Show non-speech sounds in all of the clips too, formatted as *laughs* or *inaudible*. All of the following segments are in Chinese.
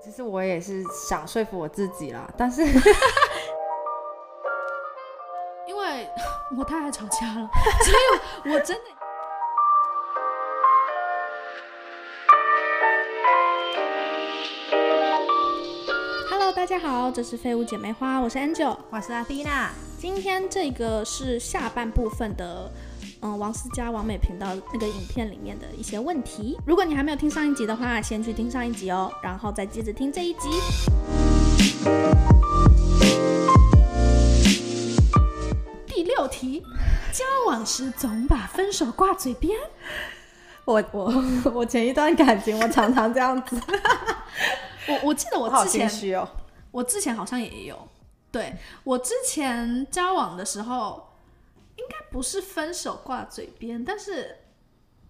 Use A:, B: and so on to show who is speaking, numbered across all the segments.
A: 其实我也是想说服我自己啦，但是
B: 因为我太爱吵架了， *laughs* 所以我真的。Hello，大家好，这是废物姐妹花， *laughs* 我是 Angel。
A: 我是阿蒂娜，
B: 今天这个是下半部分的，嗯，王思佳完美频道那个影片里面的一些问题。如果你还没有听上一集的话，先去听上一集哦，然后再接着听这一集。第六题，交往时总把分手挂嘴边，
A: 我我 *laughs* 我前一段感情我常常这样子，
B: *laughs* 我我记得我
A: 我好
B: 之
A: 心
B: 前
A: 虚哦。
B: 我之前好像也有，对我之前交往的时候，应该不是分手挂嘴边，但是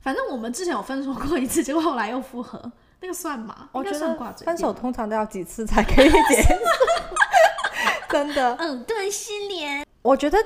B: 反正我们之前有分手过一次，结果后来又复合，那个算吗？
A: *laughs* 我
B: 应该
A: 觉
B: 算
A: 得
B: 挂嘴边。
A: 分手，通常都要几次才可以结束， *laughs* 真的。
B: 嗯，对，失联，
A: 我觉得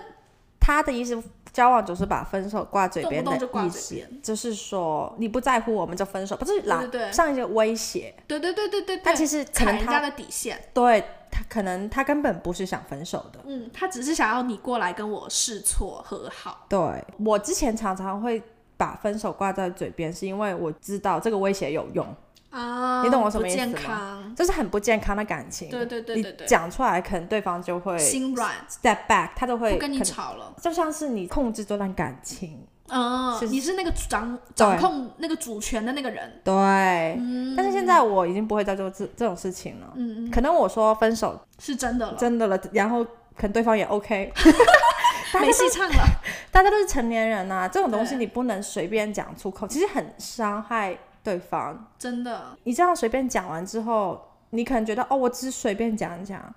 A: 他的意思，交往总是把分手挂嘴边的
B: 动不动就挂
A: 意
B: 嘴
A: 思
B: 边，
A: 就是说你不在乎我们就分手，不是
B: 对对
A: 啦，
B: 对
A: 上一些威胁。
B: 对对对对对对，
A: 但其实可
B: 踩
A: 能
B: 人
A: 他
B: 家的底线，
A: 对他可能他根本不是想分手的。
B: 嗯，他只是想要你过来跟我试错和好，
A: 对我之前常常会把分手挂在嘴边，是因为我知道这个威胁有用，
B: 啊
A: 你懂我什么意思吗
B: 不健康，
A: 这是很不健康的感情。
B: 对对对对
A: 你
B: 对，
A: 讲出来，可能对方就会
B: 心软，
A: step back，他都会
B: 不跟你
A: 可能
B: 吵了。
A: 就像是你控制这段感情。
B: 嗯，
A: 是
B: 你是那个掌掌
A: 对
B: 控那个主权的那个人，
A: 对，
B: 嗯，
A: 但是现在我已经不会再做这这种事情了。
B: 嗯，嗯，
A: 可能我说分手
B: 是真的了，
A: 真的了，然后可能对方也
B: *laughs*
A: OK，
B: 没戏唱了。 *laughs*
A: 大家都是成年人呐、这种东西
B: 对
A: 你不能随便讲出口，其实很伤害对方。
B: 真的，
A: 你这样随便讲完之后，你可能觉得哦，我只是随便讲讲，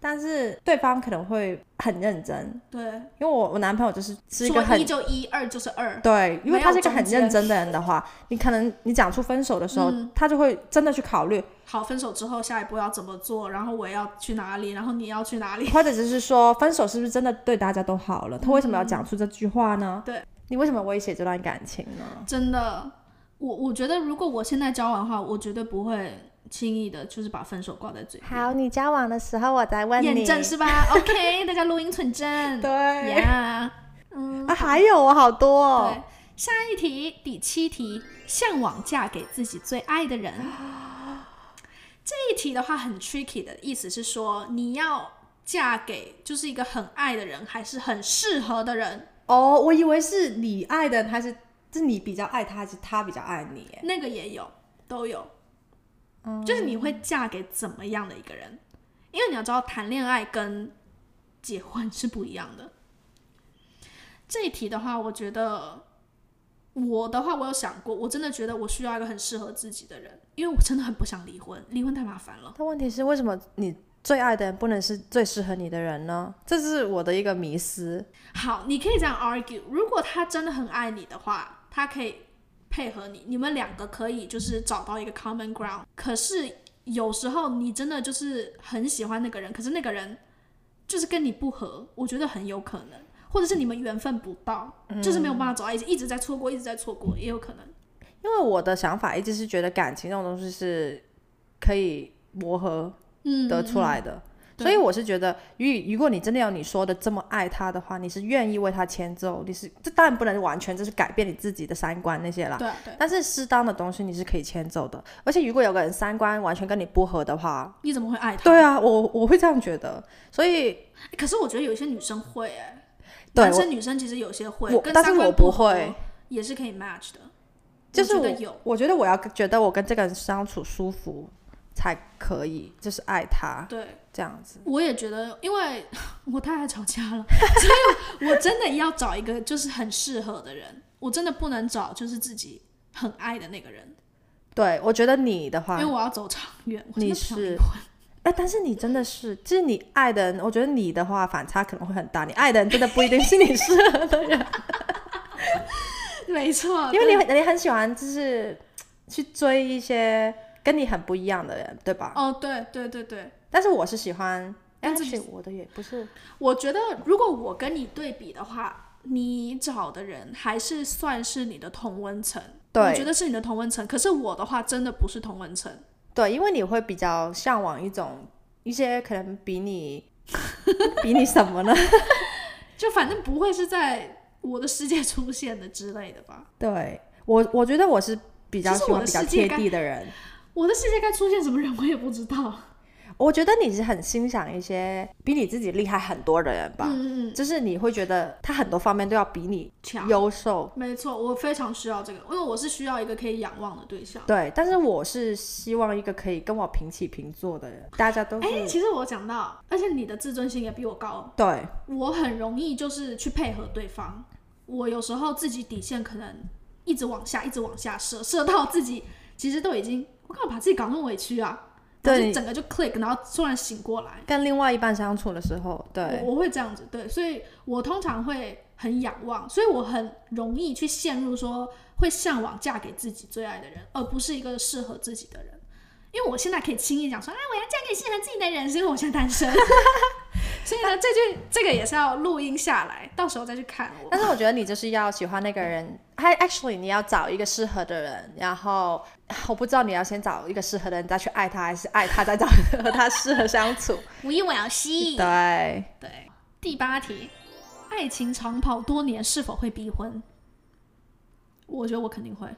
A: 但是对方可能会很认真，
B: 对，
A: 因为我我男朋友就是是一个
B: 说
A: 很
B: 一就一，二就是二，
A: 对，因为他是一个
B: 没有
A: 很
B: 中间
A: 认真的人的话，你可能你讲出分手的时候，
B: 嗯
A: 他就会真的去考 *laughs* 虑，
B: 好，分手之后下一步要怎么做，然后我要去哪里，然后你要去哪里， *laughs*
A: 或者只是说分手是不是真的对大家都好了？他为什么要讲出这句话呢？
B: 对，
A: 你为什么威胁这段感情呢？
B: 真的，我我觉得如果我现在交往的话，我绝对不会轻易的，就是把分手挂在嘴边。
A: 好，你交往的时候我再问
B: 验证是吧？OK，大家录音存证。
A: 对
B: 呀，嗯，
A: 啊，还有啊，好多、哦
B: 对。。下一题，第七题，向往嫁给自己最爱的人。
A: *gasps*
B: 这一题的话很 tricky 的意思是说，你要嫁给就是一个很爱的人，还是很适合的人？
A: 哦，我以为是你爱的，还是是你比较爱他，还是他比较爱你？
B: 那个也有，都有。
A: 嗯
B: 就是你会嫁给怎么样的一个人？因为你要知道，谈恋爱跟结婚是不一样的。这一题的话，我觉得我的话，我有想过，我真的觉得我需要一个很适合自己的人，因为我真的很不想离婚，离婚太麻烦了。
A: 但问题是，为什么你最爱的人不能是最适合你的人呢？这是我的一个迷思。
B: 好，你可以这样 argue，如果他真的很爱你的话，他可以配合你，你们两个可以就是找到一个 common ground。可是有时候你真的就是很喜欢那个人，可是那个人就是跟你不合，我觉得很有可能，或者是你们缘分不到，
A: 嗯
B: 就是没有办法走到一起，一直在错过，一直在错过，也有可能。
A: 因为我的想法一直是觉得感情这种东西是可以磨合
B: 嗯，
A: 得出来的。
B: 对
A: 所以我是觉得，如如果你真的有你说的这么爱他的话，你是愿意为他迁就，你是这当然不能完全就是改变你自己的三观那些啦，
B: 对啊对啊，
A: 但是适当的东西你是可以迁就的。而且如果有个人三观完全跟你不合的话，
B: 你怎么会爱他？
A: 对啊，我我会这样觉得。所以
B: 诶可是我觉得有一些女生会、哎，
A: 对
B: 男
A: 我
B: 生女生其实有些会，
A: 我
B: 跟
A: 但是
B: 三观
A: 我不
B: 合
A: 会
B: 也是可以 match 的。
A: 就是
B: 我觉
A: 我
B: 得有，
A: 我觉得我要觉得我跟这个人相处舒服才可以，就是爱他
B: 对，
A: 这样子。
B: 我也觉得，因为 *laughs* 我太爱吵
A: *laughs*
B: 架了，所以我真的要找一个就是很适合的人，我真的不能找就是自己很爱的那个人，
A: 对，我觉得你的话，
B: 因为我要走长远，我真
A: 你
B: 的不想离
A: 是
B: 婚。
A: 哎，但是你真的是，就是你爱的人，我觉得你的话反差可能会很大。你爱的人真的不一定是你
B: *laughs*
A: 适合的人，
B: 没错，
A: 因为
B: 对
A: 你很你很喜欢就是去追一些跟你很不一样的人，对吧？
B: 哦，对对对对，
A: 但是我是喜欢，
B: 但
A: 但
B: 是
A: 是我的也不是，
B: 我觉得如果我跟你对比的话，你找的人还是算是你的同温层，我
A: 对
B: 觉得是你的同温层，可是我的话真的不是同温层，
A: 对，因为你会比较向往一种一些可能比你 *laughs* 比你什么呢？
B: 就反正不会是在我的世界出现的之类的吧。
A: 对我，我觉得我是比较
B: 其实
A: 喜
B: 我
A: 欢
B: 的
A: 比较
B: 世界
A: 贴
B: 该
A: 地的人。
B: 我的世界该出现什么人，我也不知道。
A: 我觉得你是很欣赏一些比你自己厉害很多的人吧，
B: 嗯嗯嗯，
A: 就是你会觉得他很多方面都要比你
B: 强。
A: 优秀。
B: 没错，我非常需要这个，因为我是需要一个可以仰望的对象。
A: 对，但是我是希望一个可以跟我平起平坐的人，大家都是、
B: 哎、其实我讲到，而且你的自尊心也比我高，哦
A: 对
B: 我很容易就是去配合对方。我有时候自己底线可能一直往下，一直往下射，射到自己其实都已经，我干嘛把自己搞那么委屈啊？然后
A: 对
B: 就整个就 click，然后突然醒过来。
A: 跟另外一半相处的时候，对
B: 我我会这样子，对，所以我通常会很仰望，所以我很容易去陷入说会向往嫁给自己最爱的人，而不是一个适合自己的人。因为我现在可以轻易讲说，哎，我要嫁给适合自己的人，是因为我现在单 *laughs* 身。所以呢，这句这个也是要录音下来，到时候再去看我。
A: 但是我觉得你就是要喜欢那个人，还 actually 你要找一个适合的人，然后我不知道你要先找一个适合的人再去爱他，还是爱他再找和他适合相处。
B: 无以我要吸。
A: 对，
B: 对，第八题，爱情长跑多年是否会逼婚？我觉得我肯定会。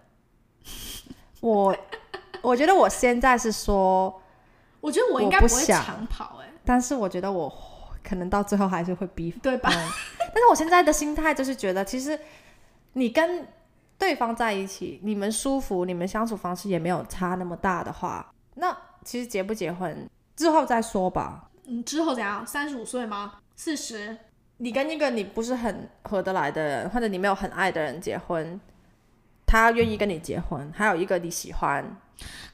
A: 我我觉得我现在是说，
B: 我觉得我应该
A: 我不
B: 会
A: 想
B: 长跑、哎，
A: 但是我觉得我可能到最后还是会逼
B: 对吧？
A: 嗯， *laughs* 但是我现在的心态就是觉得，其实你跟对方在一起，你们舒服，你们相处方式也没有差那么大的话，那其实结不结婚之后再说吧。
B: 嗯，之后怎样？三十五岁吗？四十？
A: 你跟一个你不是很合得来的人，或者你没有很爱的人结婚，他愿意跟你结婚，还有一个你喜欢，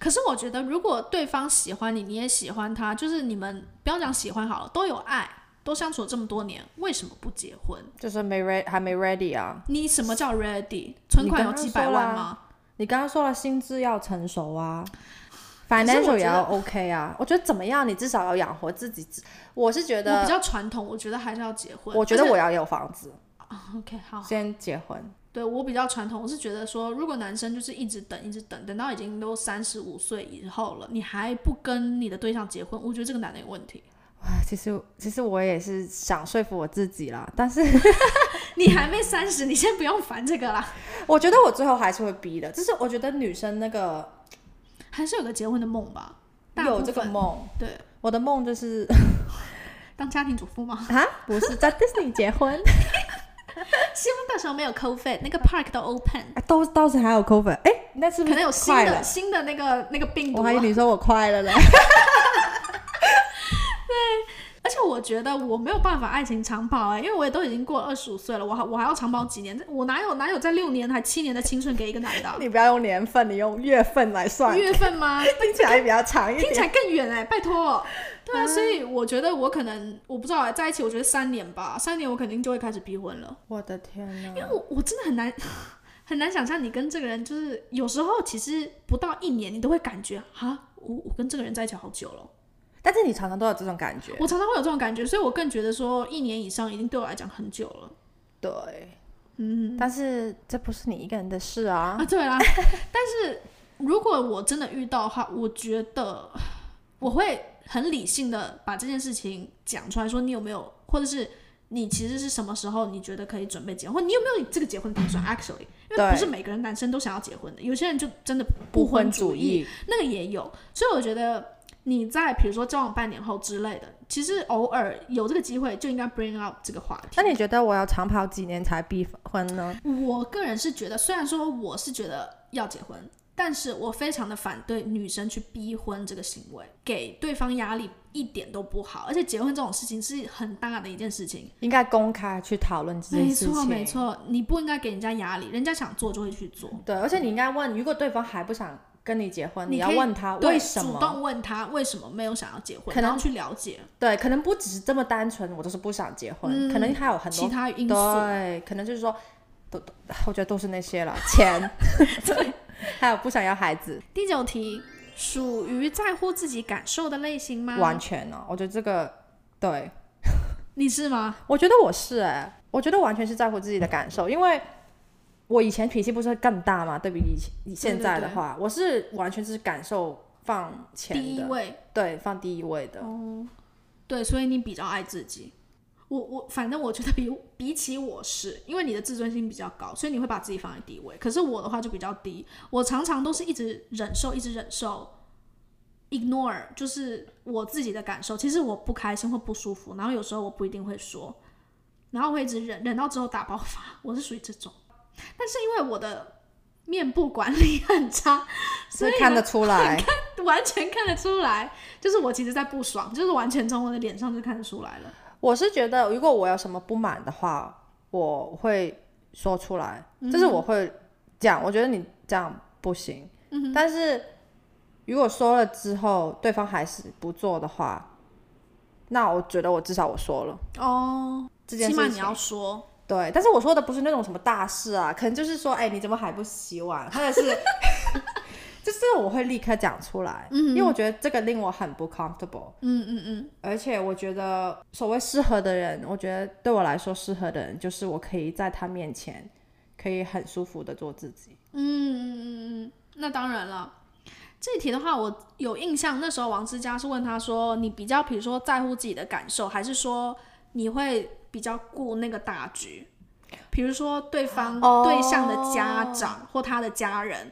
B: 可是我觉得，如果对方喜欢你，你也喜欢他，就是你们不要讲喜欢好了，都有爱，都相处了这么多年，为什么不结婚？
A: 就是没 ready 还没 ready 啊。
B: 你什么叫 ready？存款有
A: 刚刚
B: 几百
A: 说啊
B: 万
A: 啦
B: 吗？
A: 你刚刚说了，心智要成熟啊
B: 是我觉
A: ，financial
B: 得
A: 也要 OK 啊。我觉得怎么样，你至少要养活自己。我是觉
B: 我
A: 得
B: 比较传统，我觉得还是要结婚。
A: 我觉得哦啊
B: 而且
A: 我要有房子，
B: OK 好，
A: 先结婚。
B: 对我比较传统，我是觉得说，如果男生就是一直等，一直等，等到已经都三十五岁以后了，你还不跟你的对象结婚，我觉得这个男的有问题。 *laughs*
A: 唉其实其实我也是想说服我自己啦，但是
B: 你还没三十，你先不用烦这个啦。
A: *laughs* 我觉得我最后还是会逼的。就是我觉得女生那个
B: 还是有个结婚的梦吧，大
A: 有
B: 部
A: 这个
B: 分，
A: 梦，
B: 对，
A: 我的梦就是
B: 当家庭主妇 *laughs* 吗？
A: 啊， *laughs* 不是在 Disney 结婚，
B: 希望到时候没有 COVID，那个 park 都 open，
A: 啊都倒是还有 cover，哎，那是不
B: 可
A: 是
B: 能有新
A: 快
B: 的
A: 了？
B: 新的那个那个病
A: 我
B: 毒啊。
A: 还以为你说我快了嘞，
B: 而且我觉得我没有办法爱情长跑哎、因为我也都已经过二十五岁了，我还我还要长跑几年？我哪有哪有在六年还七年的青春给一个男的 *laughs* 啊
A: *laughs* ？你不要用年份，你用月份来算，
B: 月份 *laughs* 吗？
A: 听起来比较长一
B: 听起
A: 点。
B: 来更远哎、 *laughs* 拜托。对啊，所以我觉得我可能我不知道哎、在一起我觉得三年吧，三年我肯定就会开始逼婚了。
A: 我的天
B: 因为
A: 呐，
B: 我我真的很难很难想象你跟这个人，就是有时候其实不到一年，你都会感觉啊，我我跟这个人在一起好久了。
A: 但是你常常都有这种感觉，
B: 我常常会有这种感觉，所以我更觉得说一年以上已经对我来讲很久了。
A: 对，
B: 嗯
A: 但是这不是你一个人的事啊 *laughs*
B: 啊，。对啦，但是如果我真的遇到的话，我觉得我会很理性的把这件事情讲出来，说你有没有，或者是你其实是什么时候你觉得可以准备结婚，或你有没有这个结婚打算？Actually，因为
A: 对
B: 不是每个人男生都想要结婚的，有些人就真的
A: 不
B: 婚
A: 婚主
B: 义，
A: 义，
B: 那个也有。所以我觉得你在比如说交往半年后之类的，其实偶尔有这个机会就应该 bring up 这个话题。
A: 那你觉得我要长跑几年才逼婚呢？
B: 我个人是觉得，虽然说我是觉得要结婚，但是我非常的反对女生去逼婚这个行为，给对方压力一点都不好。而且结婚这种事情是很大的一件事情，
A: 应该公开去讨论这件
B: 没
A: 事情。
B: 错没。错，你不应该给人家压力，人家想做就会去做。
A: 对，而且你应该问，如果对方还不想跟你结婚，
B: 你
A: 你要
B: 可以
A: 问他
B: 对，
A: 啊为什
B: 主
A: 么？
B: 动问他为什么没有想要结婚，
A: 可能
B: 然后去了解
A: 对，可能不只是这么单纯，我就是不想结婚，
B: 嗯
A: 可能还有很
B: 其
A: 多。
B: 他因素。
A: 对，可能就是说，都都我觉得都是那些了，钱， *laughs* 还有不想要孩子，
B: 第九题，属于在乎自己感受的类型吗？
A: 完全哦，我觉得这个，对
B: 你是吗？
A: 我觉得我是哎、我觉得完全是在乎自己的感受，因为我以前脾气不是更大嘛，对比以前以现在的话，我是完全就是感受放前
B: 第一
A: 的，
B: 位。
A: 对，放第一位的。
B: 哦，对，所以你比较爱自己。我我反正我觉得比 *laughs* 比起我是，因为你的自尊心比较高，所以你会把自己放在第一位。可是我的话就比较低，我常常都是一直忍受，一直忍受，ignore 就是我自己的感受。其实我不开心或不舒服，然后有时候我不一定会说，然后我会一直忍，忍到之后大爆发。我是属于这种，但是因为我的面部管理很差， *laughs* 所
A: 是
B: 以
A: 看
B: 呢
A: 得出来，
B: 完全看得出来，就是我其实在不爽，就是完全从我的脸上就看得出来了。
A: 我是觉得，如果我有什么不满的话，我会说出来，
B: 嗯
A: 就是我会讲。我觉得你这样不行，
B: 嗯
A: 但是如果说了之后，对方还是不做的话，那我觉得我至少我说了
B: 哦，
A: 这件
B: 起
A: 事
B: 码
A: 情。
B: 你要说，
A: 对，但是我说的不是那种什么大事啊，可能就是说，哎，你怎么还不洗碗，或
B: *laughs*
A: 者是， *laughs* 就是我会立刻讲出来，因为我觉得这个令我很不 comfortable，
B: 嗯嗯嗯，
A: 而且我觉得所谓适合的人，我觉得对我来说适合的人就是我可以在他面前可以很舒服的做自己，
B: 那当然了。这一题的话，我有印象，那时候王思佳是问他说：“你比较，比如说在乎自己的感受，还是说你会比较顾那个大局？比如说对方、
A: 哦
B: 对象的家长或他的家人，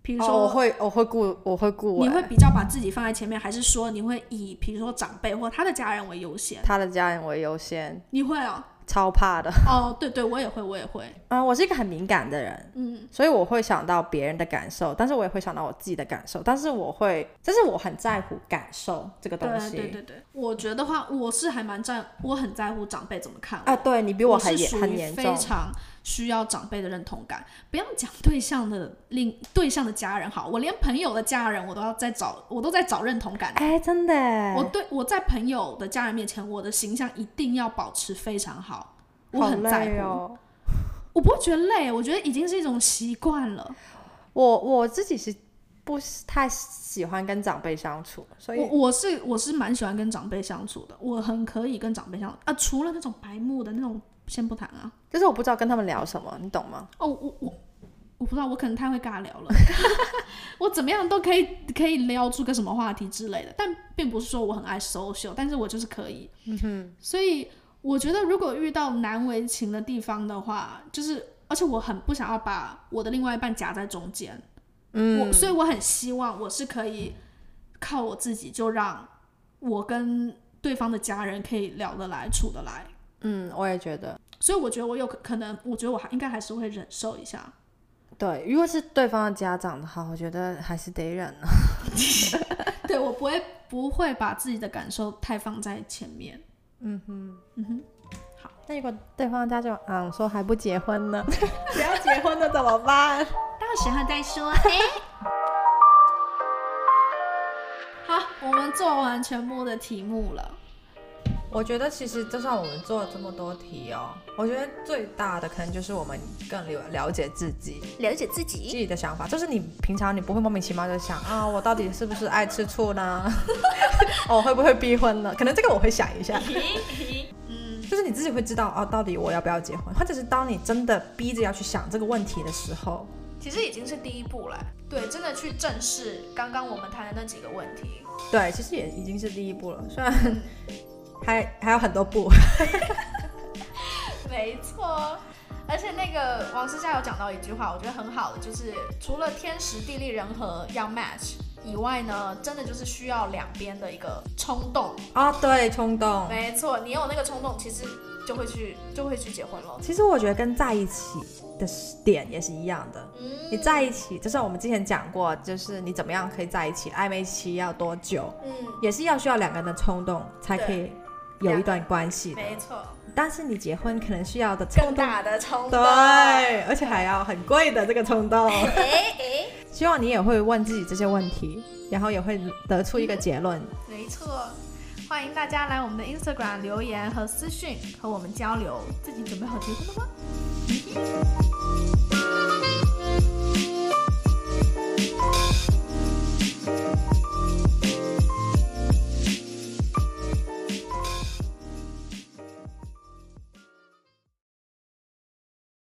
B: 比如说、
A: 哦、我会我会顾我会顾
B: 你
A: 哎
B: 会比较把自己放在前面，还是说你会以比如说长辈或他的家人为优先？
A: 他的家人为优先，
B: 你会哦，
A: 超怕的，
B: 哦，对对，我也会，我也会。
A: 嗯，我是一个很敏感的人，
B: 嗯，
A: 所以我会想到别人的感受，但是我也会想到我自己的感受，但是我会，但是我很在乎感受这个
B: 对啊
A: 东西。
B: 对对对，我觉得话，我是还蛮在，我很在乎长辈怎么看我。
A: 啊，对你比
B: 我
A: 还
B: 是
A: 严
B: 属
A: 很
B: 于
A: 严
B: 非
A: 重，
B: 常需要长辈的认同感。不要讲对象的另对象的家人好，我连朋友的家人我都要在找，我都在找认同感。
A: 哎，真的耶，
B: 我对我在朋友的家人面前，我的形象一定要保持非常好，我
A: 好
B: 很在
A: 累
B: 乎。
A: 哦。
B: 我不会觉得累，我觉得已经是一种习惯了。
A: 我我自己是不是太喜欢跟长辈相处，所
B: 我
A: 以
B: 我是我是蛮喜欢跟长辈相处的，我很可以跟长辈相处啊，除了那种白目的那种，先不谈啊。
A: 就是我不知道跟他们聊什么，你懂吗？
B: 哦，我我我不知道，我可能太会尬聊了， *laughs* 我怎么样都可以可以撩出个什么话题之类的，但并不是说我很爱 social，但是我就是可以。嗯哼，所以我觉得如果遇到难为情的地方的话，就是而且我很不想要把我的另外一半夹在中间，
A: 嗯，
B: 我所以我很希望我是可以靠我自己，就让我跟对方的家人可以聊得来、处得来。
A: 嗯，我也觉得，
B: 所以我觉得我有可可能，我觉得我还应该还是会忍受一下。
A: 对，如果是对方的家长的话，我觉得还是得忍啊。
B: 对我不会不会把自己的感受太放在前面。嗯
A: 那如果对方的家长嗯说还不结婚呢， *laughs* 不要结婚了怎么办？
B: 到时候再说。哎、好，我们做完全部的题目了。
A: *laughs* 我觉得其实就算我们做了这么多题哦，我觉得最大的可能就是我们更了了解自己，
C: *laughs* 了解
A: 自
C: 自己。
A: 己的想法。就是你平常你不会莫名其妙就想啊，我到底是不是爱吃醋呢？哦，会不会逼婚呢？可能这个我会想一下。就是你自己会知道哦，到底我要不要结婚，或者是当你真的逼着要去想这个问题的时候，
B: 其实已经是第一步了，对，真的去正视刚刚我们谈的那几个问题。
A: 对，其实也已经是第一步了，虽然 *laughs* 还还有很多步。 *laughs*
B: 没错，而且那个王思佳有讲到一句话，我觉得很好的，就是除了天时地利人和要 match 以外呢，真的就是需要两边的一个冲动。
A: 啊、对，冲动。
B: 没错，你有那个冲动，其实就会去就会去结婚了。
A: 其实我觉得跟在一起的点也是一样的。
B: 嗯
A: 你在一起，就像我们之前讲过，就是你怎么样可以在一起，暧昧期要多久，
B: 嗯，
A: 也是要需要两个人的冲动才可以有一段关系的。
B: 没错，
A: 但是你结婚可能需要的
B: 更
A: 冲动，
B: 大的冲动。
A: 对，而且还要很贵的这个冲
B: *laughs*
A: 动。
C: 哎哎，
A: 希望你也会问自己这些问题，然后也会得出一个结论。
B: 没错。欢迎大家来我们的 Instagram 留言和私讯和我们交流。自己准备好结婚了吗？